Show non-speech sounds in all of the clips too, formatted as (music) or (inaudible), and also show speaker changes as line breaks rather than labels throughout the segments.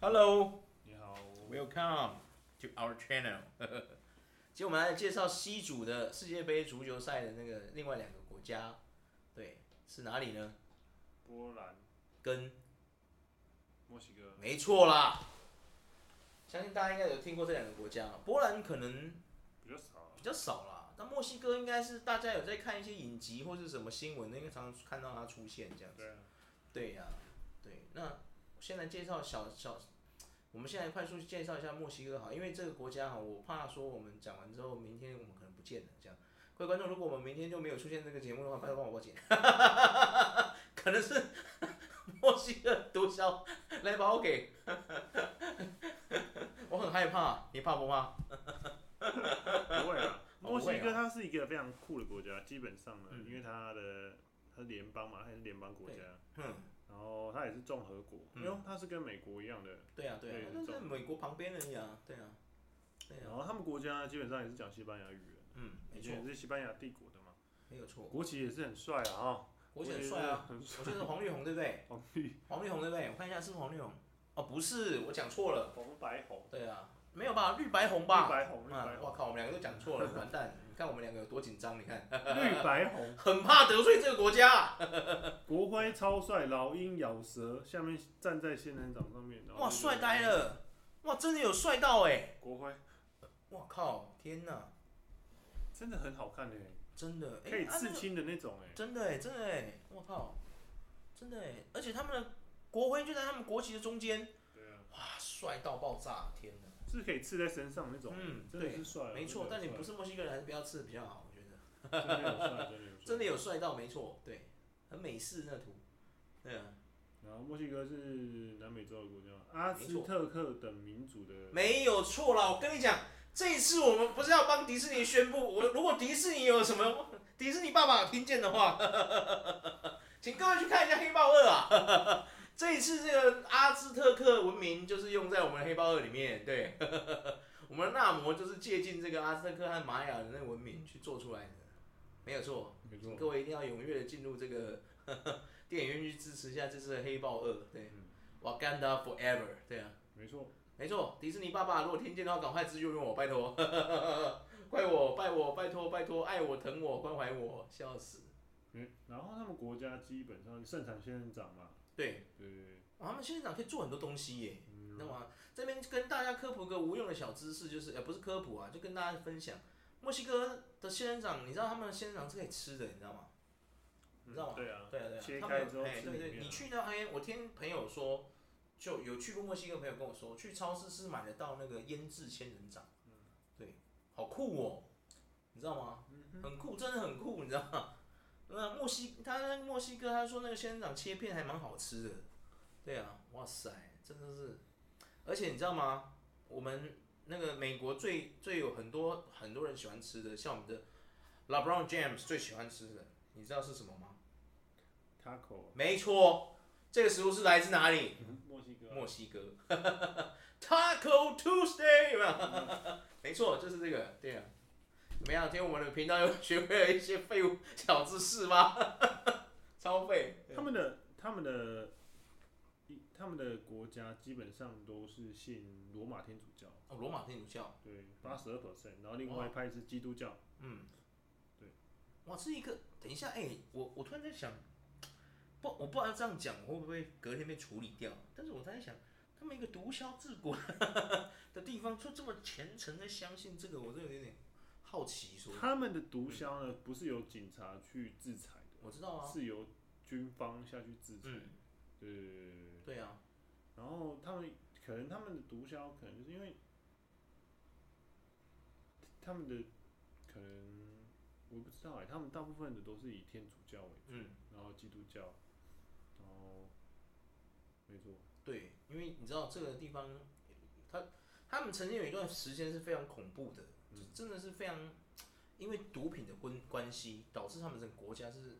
Hello,
你好，
welcome to our channel 。 (laughs) 今天我们来介绍西组的世界杯足球赛的那个另外两个国家，对，是哪里呢？
波兰、
跟
墨西哥、
没错啦，相信大家应该有听过这两个国家嘛。波兰可能
比较少
比，较少啦，但墨西哥应该是大家有在看一些影集或是什么新闻，应该常常看到它出现这样子。
对啊，
对呀、对。那我先来介绍小小，我们现在快速介绍一下墨西哥好，因为这个国家哈，我怕说我们讲完之后，明天我们可能不见了这样。各位观众，如果我们明天就没有出现这个节目的话，拜托帮我报警， (laughs) 可能是 (laughs) 墨西哥毒枭来把我给，我很害怕，你怕不怕？
不会啊。
哦不会啊 (laughs)
墨西哥它是一个非常酷的国家，基本上呢，
嗯
因为它的它是联邦嘛，它也是联邦国家，
嗯，
然后它也是综合国，
嗯
因为它是跟美国一样的，
对啊，对啊
对，
那在
中
美国旁边而已啊，对啊，对
然
啊，
后他们国家基本上也是讲西班牙语的，
嗯，没
以
错
前，也是西班牙帝国的嘛，
没有错，
国旗也是很帅啊，哈，
国旗很帅啊，
国旗
我记得是黄绿红，对不对？
(laughs) 黄绿、
黄绿红对不对？我看一下是不是黄绿红。哦，不是，我讲错了。
红白红、
对啊，没有吧？绿白红
绿
吧？
白红、绿
啊
白！
我
红、
靠，我们两个都讲错了，完蛋！你看我们两个有多紧张？你看，
绿白红，
很怕得罪这个国
(laughs)
家。啊
国徽超帅，老鹰咬蛇，下面站在仙人掌上面，然后
哇，
就是
帅呆了！哇，真的有帅到哎、
国徽
我靠，天哪，
真的很好看诶、
真的哎、
可以
啊那
刺
个
青的那种诶、
真的哎、真的哎、我靠，真的哎、而且他们的国徽就在他们国旗的中间，
对啊，
哇，帅到爆炸！天哪。
是可以刺在身上那种，
嗯
真的是帅啊、
没错，但你不
是
是墨西哥人，还是不要吃比较好，我觉得
真的有
(laughs)
帅，真的有帅，
真的有帅到，没错，对，很美式那图，对啊，
然后墨西哥是南美洲的国家嘛，阿兹特克等民族的，
没有错啦，我跟你讲，这一次我们不是要帮迪士尼宣布，我如果迪士尼有什么迪士尼爸爸有听见的话， (laughs) 请各位去看一下《黑豹二》啊。 (laughs) 这一次这个阿兹特克文明就是用在我们《黑豹二》里面，对， (laughs) 我们的纳摩就是借鉴这个阿兹特克和玛雅人的文明去做出来的，没有错。
没
请
错，
各位一定要踊跃的进入这个 (laughs) 电影院去支持一下这次的《黑豹二》，对
嗯，
《Wakanda Forever》，对啊，
没错，
没错，迪士尼爸爸，如果听见的话，赶快资助我，拜托， (laughs) 怪我，拜我，拜托，拜托，爱我，疼我，关怀我，笑死。
嗯，然后他们国家基本上盛产仙人掌嘛，
对，
对对对，
哇他们仙人掌可以做很多东西耶，你知道
嗯，
吗？这边跟大家科普个无用的小知识，就是呃不是科普啊，就跟大家分享，墨西哥的仙人掌，你知道他们的仙人掌是可以吃的，你知道吗？你知道吗
嗯对啊，
对啊，对啊，
切
他们
开
有
之后
哎
吃
对
里
对，
面
你
啊
去到哎，我听朋友说，就有去过墨西哥朋友跟我说，去超市是买得到那个腌制仙人掌，
嗯
对，好酷哦，你知道吗？
嗯
很酷，真的很酷，你知道吗？那墨西他那墨西哥他说那个仙人掌切片还蛮好吃的，对啊，哇塞，真的是，而且你知道吗？我们那个美国最最有很多很多人喜欢吃的，像我们的 LeBron James 最喜欢吃的，你知道是什么吗？
，taco，
没错，这个食物是来自哪里？
墨西哥，
墨西哥。Taco Tuesday 有没有？没错，就是这个。对啊，怎么样？听我们的频道又学会了一些废物小知识吗？ (laughs) 超废。
他们的他们的。一他们的国家基本上都是信罗马天主教，
哦，罗马天主教，
对，八十二 percent，然后另外一派是基督教，
嗯，
对。
哇，这一个，等一下，哎、我我突然在想，不，我不知道这样讲我会不会隔天被处理掉，但是我在想，他们一个毒枭治国 (laughs) 的地方，就这么虔诚的相信这个，我真的有点好奇说。
他们的毒枭呢，不是由警察去制裁
我知道
的，
啊，
是由军方下去制裁。
嗯，
对对对对对。
对啊，
然后他们可能他们的毒枭，可能就是因为他们的可能我不知道哎、他们大部分的都是以天主教为主，
嗯，
然后基督教，然后没错，
对，因为你知道这个地方，他他们曾经有一段时间是非常恐怖的，就真的是非常，因为毒品的关关系，导致他们整个国家是，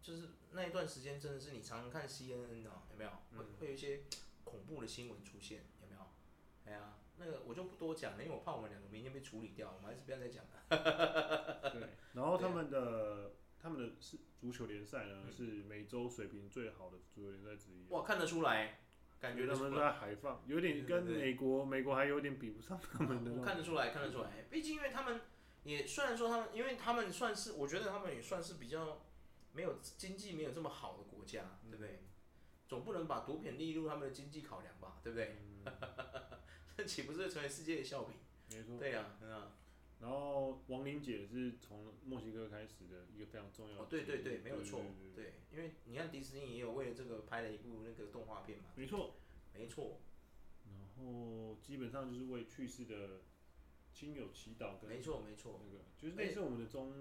就是那一段时间真的是你常常看 CNN 啊，有没有？会
嗯
会有一些恐怖的新闻出现，有没有？哎呀，那个我就不多讲了，因为我怕我们两个明天被处理掉，我们还是不要再讲了。
对。然后他们
(laughs)
的他们的
嗯
是足球联赛呢，是美洲水平最好的足球联赛之一。啊
哇，看得出来，感觉得
他
出
们都
来。
在海放，有点
对
跟
对对
美国，美国还有点比不上他们
嗯
的那
我
种。
看得出来，看得出来。毕竟因为他们也虽然说他们，因为他们算是，我觉得他们也算是比较没有经济没有这么好的国家，
嗯
对不对？总不能把毒品列入他们的经济考量吧，对不
(laughs)
对？这岂不是成为世界的笑柄？
没错。
对呀、嗯啊，
然后亡灵节是从墨西哥开始的一个非常重要的
哦，
节日。
对对对，没有错
啊对对，对
对，因为你看迪士尼也有为了这个拍了一部那个动画片嘛，
没错。
没错，
然后基本上就是为去世的亲友祈祷跟
没错，没错，哎
那个，就是类似我们的中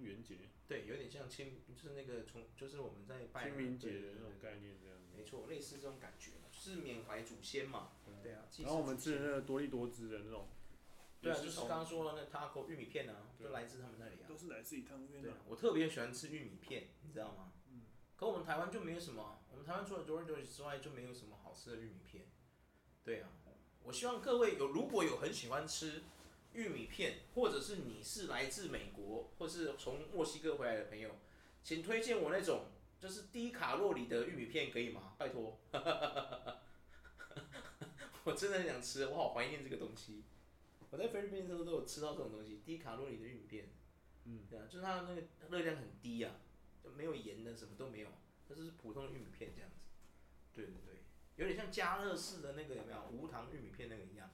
元节、
对，有点像清，就是那个从，就是我们在拜
清明
对
节
对
的那
对
种概念这样
没
子。
错，类似这种感觉嘛，就是缅怀祖先嘛，对啊。祭
然后
祀
我们
祖
吃的
先
那个多利多汁的那种，
对啊，
也
就是
从
刚刚说的那 taco 玉米片啊，
对
都来自他们那里啊
都。是来自于汤圆
对
的
啊，。我特别喜欢吃玉米片，你知道吗？可我们台湾就没有什么，我们台湾除了 d o r i t o s 之外就没有什么好吃的玉米片。对啊，我希望各位有如果有很喜欢吃玉米片，或者是你是来自美国或是从墨西哥回来的朋友，请推荐我那种就是低卡路里的玉米片，可以吗？拜托， (laughs) 我真的很想吃，我好怀念这个东西。我在菲律宾的时候都有吃到这种东西，低卡路里的玉米片。
嗯，
对啊，就是它那个热量很低啊，就没有盐的，什么都没有，它就是普通的玉米片这样子。对对对，有点像加热式的那个有没有无糖玉米片那个一样，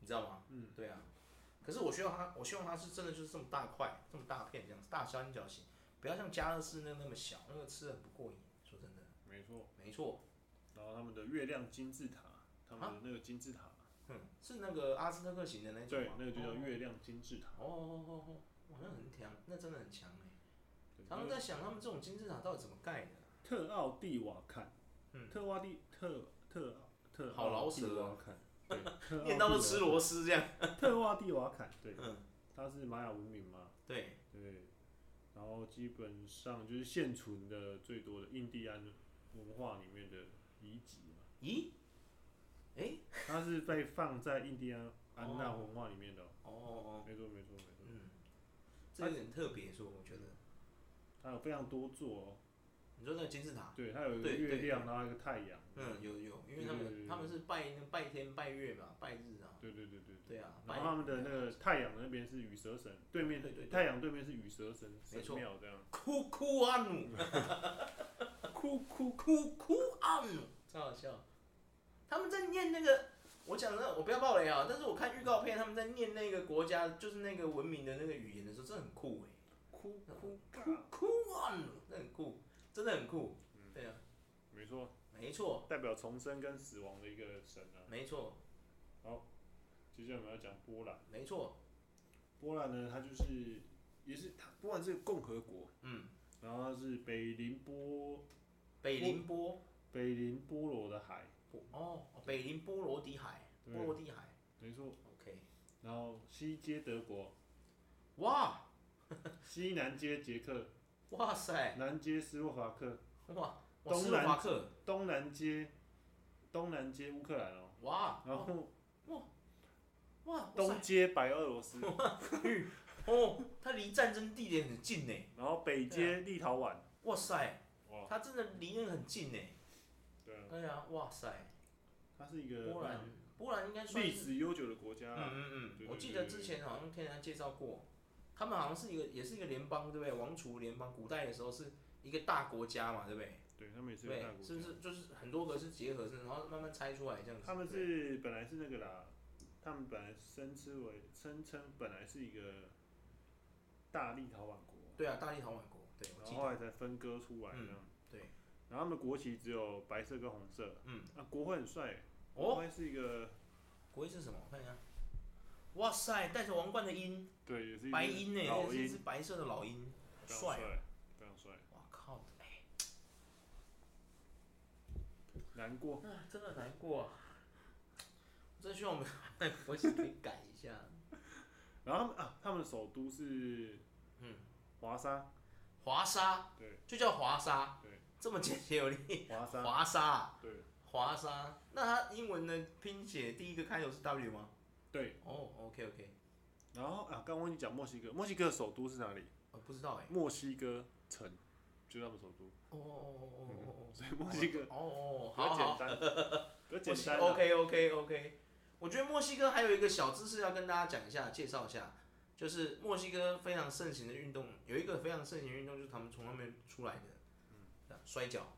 你知道吗？
嗯，
对啊。可是我希望它，我希望它是真的就是这么大块，这么大片这样子，大三角形，不要像加热式那那么小，那个吃的很不过瘾。说真的，
没错。
没错，
然后他们的月亮金字塔，他们
啊
的那个金字塔，
哼，是那个阿兹特克型的那种
对
吗，？
那个就叫
哦
月亮金字塔。
哦哦哦哦，哇，那很强，那真的很强哎、
对
他们在想，他们这种金字塔到底怎么盖的啊、
特奥蒂瓦坎，
嗯
特瓦蒂特特特
好
奥
饶
蒂
舌
瓦
哦
坎，对
(laughs)
特
念到
奥
都
蒂瓦
吃
坎
螺丝这样。
特瓦蒂瓦坎，对，
嗯，
它是玛雅文明嘛，
对，
对，然后基本上就是现存的最多的印第安文化里面的遗迹嘛，
咦？诶，
它是被放在印第安安纳
哦
文化里面的哦、
哦哦，哦
没错没错没错，
嗯，这有点特别，说我觉得，
它有非常多座哦，
你说那个金字塔，
对，它有一个
对
月
对
亮，然后一个太阳，
嗯，有有，因为他
对对对
们他们是拜那拜天拜月嘛，拜日啊，
对对对对对。
对啊，
然
拜
后他们的
(laughs)
那个太阳那边是羽蛇神，对面
对对对
太阳对面是羽蛇神
没
神
错
庙这样。
库库阿努， (laughs) 库库库库阿努，超好笑。他们在念那个，我讲的我不要爆雷啊，但是我看预告片，他们在念那个国家就是那个文明的那个语言的时候，真的很酷哎、
哭
哭酷啊，那很酷，真的很酷。对啊，
没错，
没错，
代表重生跟死亡的一个神啊。
没错，
接下来我们要讲波兰，
没错。
波兰呢，它就是也是它，波兰是个共和国，
嗯，
然后它是北邻波
北邻波
北邻波罗的海，
哦，北邻波罗的海，
对
波罗的海。
没错。
OK，
然后西接德国，
哇
西南接捷克，
哇塞，
南接斯洛伐克，
哇，哇
东
斯洛
南
伐克，
东南接东南接乌克兰哦，
哇
然后
哇，哇
东
塞
接白俄罗斯， (laughs) 嗯
哦，它离战争地点很近呢。
然后北接立陶宛。
啊哇塞，
哇，
它真的离那个很近呢。
对啊，
对啊，哇塞，
它是一个
波兰，波兰应该算
历
是
史悠久的国
嗯
家啊。
嗯
对
嗯，
对
我记得之前好像听人家介绍过，他们好像是一个也是一个联邦，对不对？王储联邦，古代的时候是一个大国家嘛，对不对？
对，他们也是个
对
大国，家。
是不是就是很多个是结合是，然后慢慢拆出来这样子？
他们
对
是本来是那个啦，他们本来声称为声称本来是一个大立陶宛国，
对啊，大立陶宛国，对，我
然
记
后后
得，嗯
来才分割出来这样。
对，
然后他们国旗只有白色跟红色。
嗯，
啊，国徽很帅，国
哦，
徽是一个
国徽是什么？我看一下，哇塞，戴着王冠的鹰，
对，也是一
白
只
鹰呢，
老
那是一只
鹰，
白色的老鹰，
非常
帅
帅
啊，，
非常帅。
哇靠，哎，
难过，
啊真的难过啊，我真希望我们 (laughs) 国旗可以改一下，
然后他们啊，他们的首都是
嗯，
华沙，
华沙。
对，
就叫华沙，
对，
这么简洁有力。
华沙，
华沙，
对
华沙，那它英文的拼写第一个开头是 W 吗？
对。
哦，OK，OK、o k OK，
然后啊，刚刚忘记讲墨西哥，墨西哥的首都是哪里？
我、不知道哎、
墨西哥城，就是他们首都。
哦哦哦哦哦哦
所以墨西哥
哦哦哦，
比
好
较
(laughs) 好，
简单。比较
墨
简
西
单啊。
OK OK OK，我觉得墨西哥还有一个小知识要跟大家讲一下，介绍一下，就是墨西哥非常盛行的运动，有一个非常盛行的运动就是他们从那边出来的，嗯，摔跤，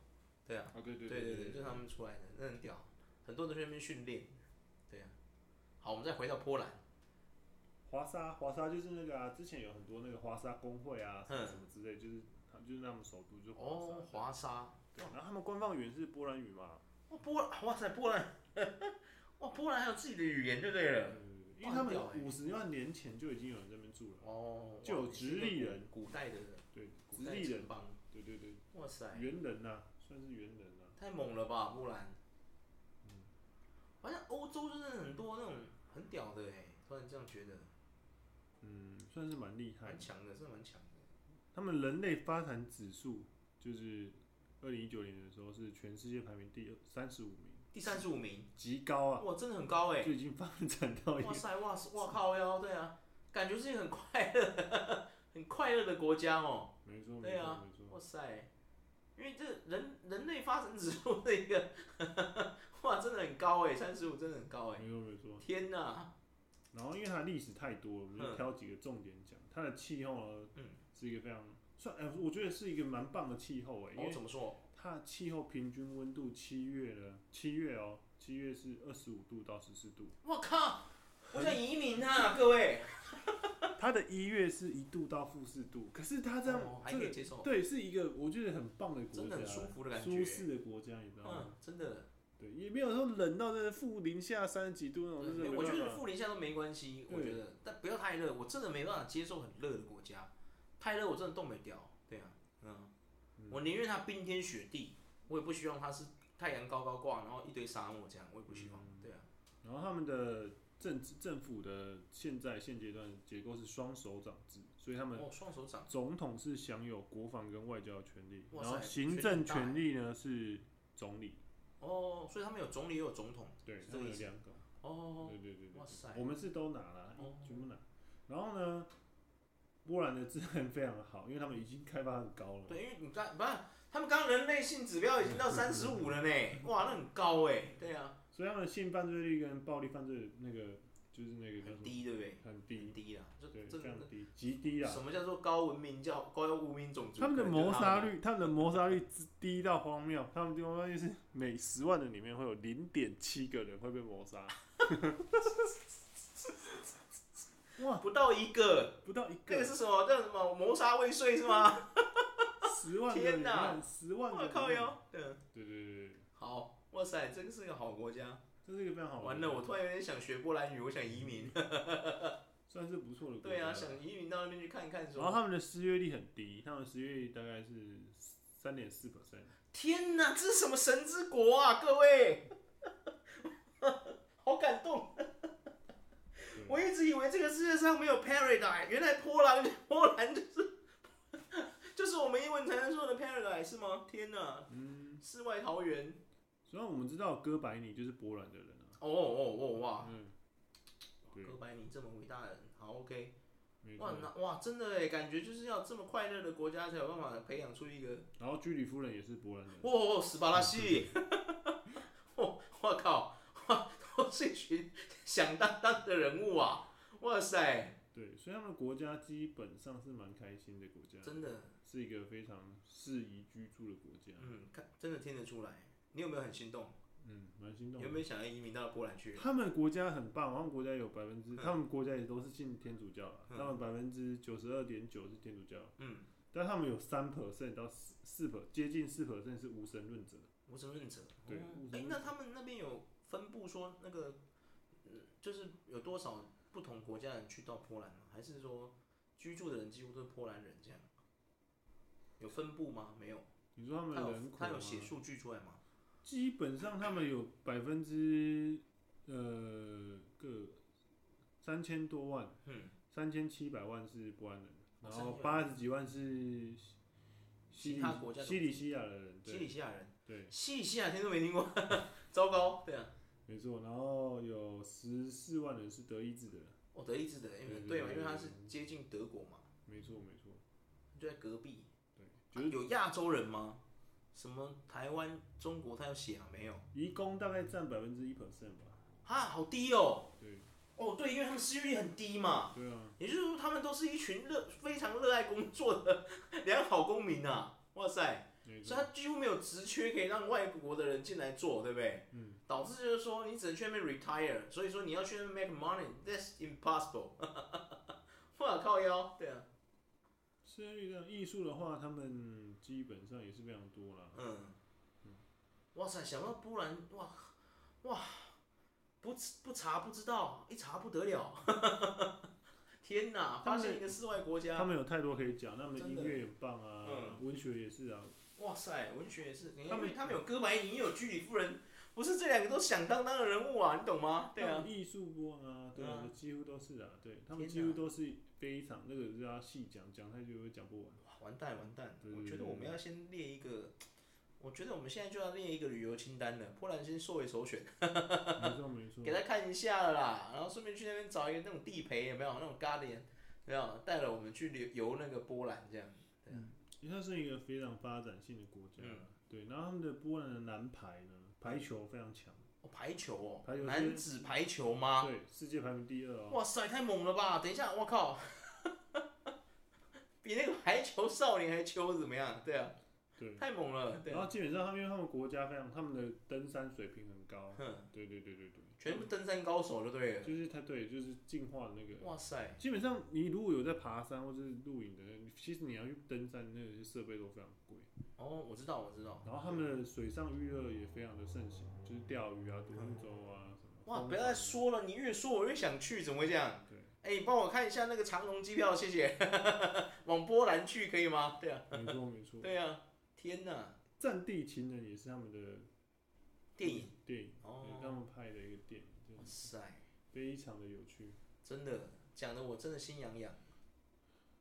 对啊，
啊，对对
对
对
对对，就是他们出来的，那很屌，很多人去那边训练，对啊。好，我们再回到波兰，
华沙，华沙就是那个啊，之前有很多那个华沙工会啊，什么什么之类，就是他就是他们首都就是华沙。
嗯哦，华沙，
对，然后他们官方语言是波兰语嘛，
哇波兰，哇塞波兰， (laughs) 哇波兰还有自己的语言就对了，
嗯因
哇
为他
很屌欸
们五十万年前就已经有人在那边住了，
哦，
就有直立人
哇古代的
对，
古
直
代
立人
城，邦，
对对对，
哇塞，
猿人呐、算是猿人呐、啊
太猛了吧，波兰。嗯好像欧洲真的很多那种很屌的哎、突然这样觉得，
嗯，算是蛮厉害
蛮
的。
强的，真的蛮强的。
他们人类发展指数就是二零一九年的时候是全世界排名第三十五名，
第三十五名，
极高啊，
哇，真的很高哎、
就已经发展到一
哇塞，哇塞，哇靠哟，对啊，感觉是一个很快乐、 (laughs) 很快乐的国家哦、
没错没
对
错
啊
没错，
哇塞，因为这人人类发展指数的一个， (laughs) 哇，真的很高哎、3三十五真的很高哎、
没错没错。
天哪，
然后因为它历史太多了，我们
嗯
就挑几个重点讲。它的气候呢，
嗯
是一个非常算，哎、我觉得是一个蛮棒的气候哎、因
我、
为
哦怎么说？
它的气候平均温度七月呢，七月哦，七月是二十五度到十四度，
我靠，我想移民啊， (laughs) 各位。
它的一月是一度到负四度，可是它这样、
哦、还
这
可
个
以接受，
对是一个我觉得很棒的国家，
真的很舒服的感觉
舒适的国家，你知道吗？
嗯，真的，
对，也没有说冷到真的负零下三十几度那种，真的
我觉
没
得
办法
负零下都没关系，
对
我觉得，但不要太热，我真的没办法接受很热的国家，太热我真的冻没掉，对啊，嗯，我宁愿它冰天雪地，我也不希望它是太阳高高挂，然后一堆沙漠这样，我也不希望，
嗯
对啊，
然后他们的政治政府的现在现阶段结构是双手掌制，所以他们
哦，双手掌，
总统是享有国防跟外交的权利，
哇
然
塞
后行
权力
政
大欸
权力呢是总理，
哦，所以他们有总理也有总统，
对，
是
他
这个
们
意
有
思，
两个，
哦，
对对对对
哇塞，
我们是都拿了
哦，
全部拿。然后呢，波兰的治安非常好，因为他们已经开发很高了，
对，因为你刚不是他们刚刚人类性指标已经到三十五了呢，哇，那很高哎，对啊，
所以他们的性犯罪率跟暴力犯罪的那个就是那个叫
很
什么
低对不对？
很
很
低，
低啦，这
对，
这
非常低，极低啦。
什么叫做高文明教高文明种族？
他们的
可能就
谋
是
杀
他们
率，他们的谋杀率之低到荒谬，他们地方就是每十万人里面会有零点七个人会被
(laughs)
谋杀，哇，
不到一个，
不到一
(laughs) 那个
个，
是什么？叫什么谋杀未遂是吗？
十万个
天
人，
哪
十万
(laughs)
个
我
人，
靠哟！嗯，
对对对对，
好，哇塞，真是个好国家。
这是一个非常好的
完了，我突然有点想学波兰语，我想移 (laughs) 民。
算是不错的国家，
对啊，想移民到那边去看看
然后
说。
他们的失业率很低，他们失业率大概是三点四 percent，
天哪，这是什么神之国啊，各位！ (laughs) 好感动，我一直以为这个世界上没有 paradise，原来波兰波兰就是 (laughs) 就是我们英文才能说的 paradise 是吗？天哪，
嗯，
世外桃源。
虽然我们知道哥白尼就是波兰的人啊，
哦哦哦哇！
嗯，对
哥白尼这么伟大的人，好 OK，
没
哇
错，
那哇真的哎，感觉就是要这么快乐的国家才有办法培养出一个，
然后居里夫人也是波兰人。
哇哦斯巴拉西， (laughs) 我我靠，哇都是一群响当当的人物啊，哇塞，
对，所以他们国家基本上是蛮开心的国家，
真的，
是一个非常适宜居住的国家。
嗯，看真的听得出来，你有没有很心动？
嗯，蛮心动
有
的。
没有想要移民到波兰去？
他们国家很棒，他们国家有百分之，
嗯
他们国家也都是信天主教啦，啊
嗯
他们百分之九十二点九是天主教，
嗯，
但他们有三 percent 到四四 per 接近四 percent 是无神论者。
无神论者，
对
哦
无神
哎
论，
那
者
他们那边有分布说那个，嗯就是有多少不同国家人去到波兰吗？还是说居住的人几乎都是波兰人这样？有分布吗？没有，
你说他
他
们的人
有
口
哦
啊
他
吗
有？写数据出来吗？
基本上他们有百分之呃个三千多万。
嗯，
三千七百万是波兰人，
哦
然后
3700
八十几万是西西
其他国家的
里西里西亚的人，
西里
对
西亚人，
对，
西里西亚听都没听过， (laughs) 糟糕，对啊，
没错。然后有十四万人是德意志的，
我哦德意志的，因为
对对
对嘛，
对
因为他
对
是
对
接近德国嘛，
没错没错，
就在隔壁。
对，
啊
就是
有亚洲人吗？什么台湾、中国，他有写啊没有？
移工大概占百分之一 percent 吧。
啊，好低哦。
对
哦，对，因为他们失业率很低嘛，
对啊，
也就是说他们都是一群热非常热爱工作的良好公民啊。哇塞，
没
所
错
以他几乎没有职缺可以让外国的人进来做，对不对？
嗯，
导致就是说你只能去那边 retire，所以说你要去那边 make money，that's impossible。哇靠腰，对啊，
失业率这样，艺术的话，他们基本上也是非常多啦。
嗯，哇塞，想到波兰，哇哇，不知不查不知道，一查不得了， (laughs) 天哪，
他
发
们
现一个世外国
他
家，
们有太多可以讲，他们
啊真的
音乐也棒啊，文学也是啊，
哇塞，文学也是，因
他们
为他们有哥白尼，也有居里夫人，不是这两个都响当当的人物啊，你懂吗？对
他
啊
们，艺术波啊，
嗯
对啊
啊，
几乎都是啊，对他们
天哪
几乎都是非常那个是要细讲，讲太久又
(laughs)
讲不完。
哇完蛋完蛋，
对
我
对
觉得
对
我们要先列一个。我觉得我们现在就要列一个旅游清单了，波兰先作为首选，
没错没错
给，他看一下了啦，然后顺便去那边找一个那种地陪，有没有那种 guardian，有没有带了我们去旅游那个波兰这样。
因为它是一个非常发展性的国家
嗯，
啊对，然后他们的波兰的男排呢，排球非常强，
哦，排球哦，
排球
男
是
子排球吗？
对，世界排名第二哦，
啊哇塞，太猛了吧！等一下，我靠， (laughs) 比那个排球少年还秋怎么样？对啊，
对，
太猛了，对
然
啊，
后基本上他们因为他们国家非常，他们的登山水平很高，
哼，
对对对对对，
全部登山高手就对了。
就是他对就是进化的那个。
哇塞，
基本上，你如果有在爬山或者是露营的，其实你要去登山，那些设备都非常贵。
哦，我知道，我知道。
然后他们的水上娱乐也非常的盛行，就是钓鱼啊、独木舟啊什么。
哇，
风
不要再
帆
说了，你越说我越想去，怎么会这样？
对，
哎、帮我看一下那个长荣机票，谢 (laughs) 谢。往波兰去可以吗？对啊，
没错没错。
对啊，天哪，
《战地情人》也是他们的
电影
电影，对他
哦，
们拍的一个电影，就
哇
是
塞，
非常的有趣。
真的讲的我真的心痒痒。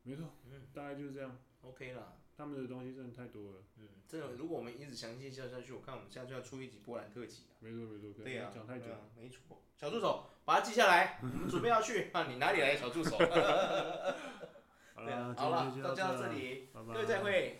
没错，
嗯
大概就是这样。
，OK 啦。
他们的东西真的太多了，
嗯，真的，如果我们一直详细介绍下去，我看我们下次要出一集波兰特辑啊。
没错没错，可
对呀、
能讲太久
对。啊没错。小助手，把它记下来，我们准备要去 (laughs) 啊！你哪里来的小助手？对
好
啊
啦，
好了，
今天
到
就
啊到这
里，
里，
拜拜，
各位再会。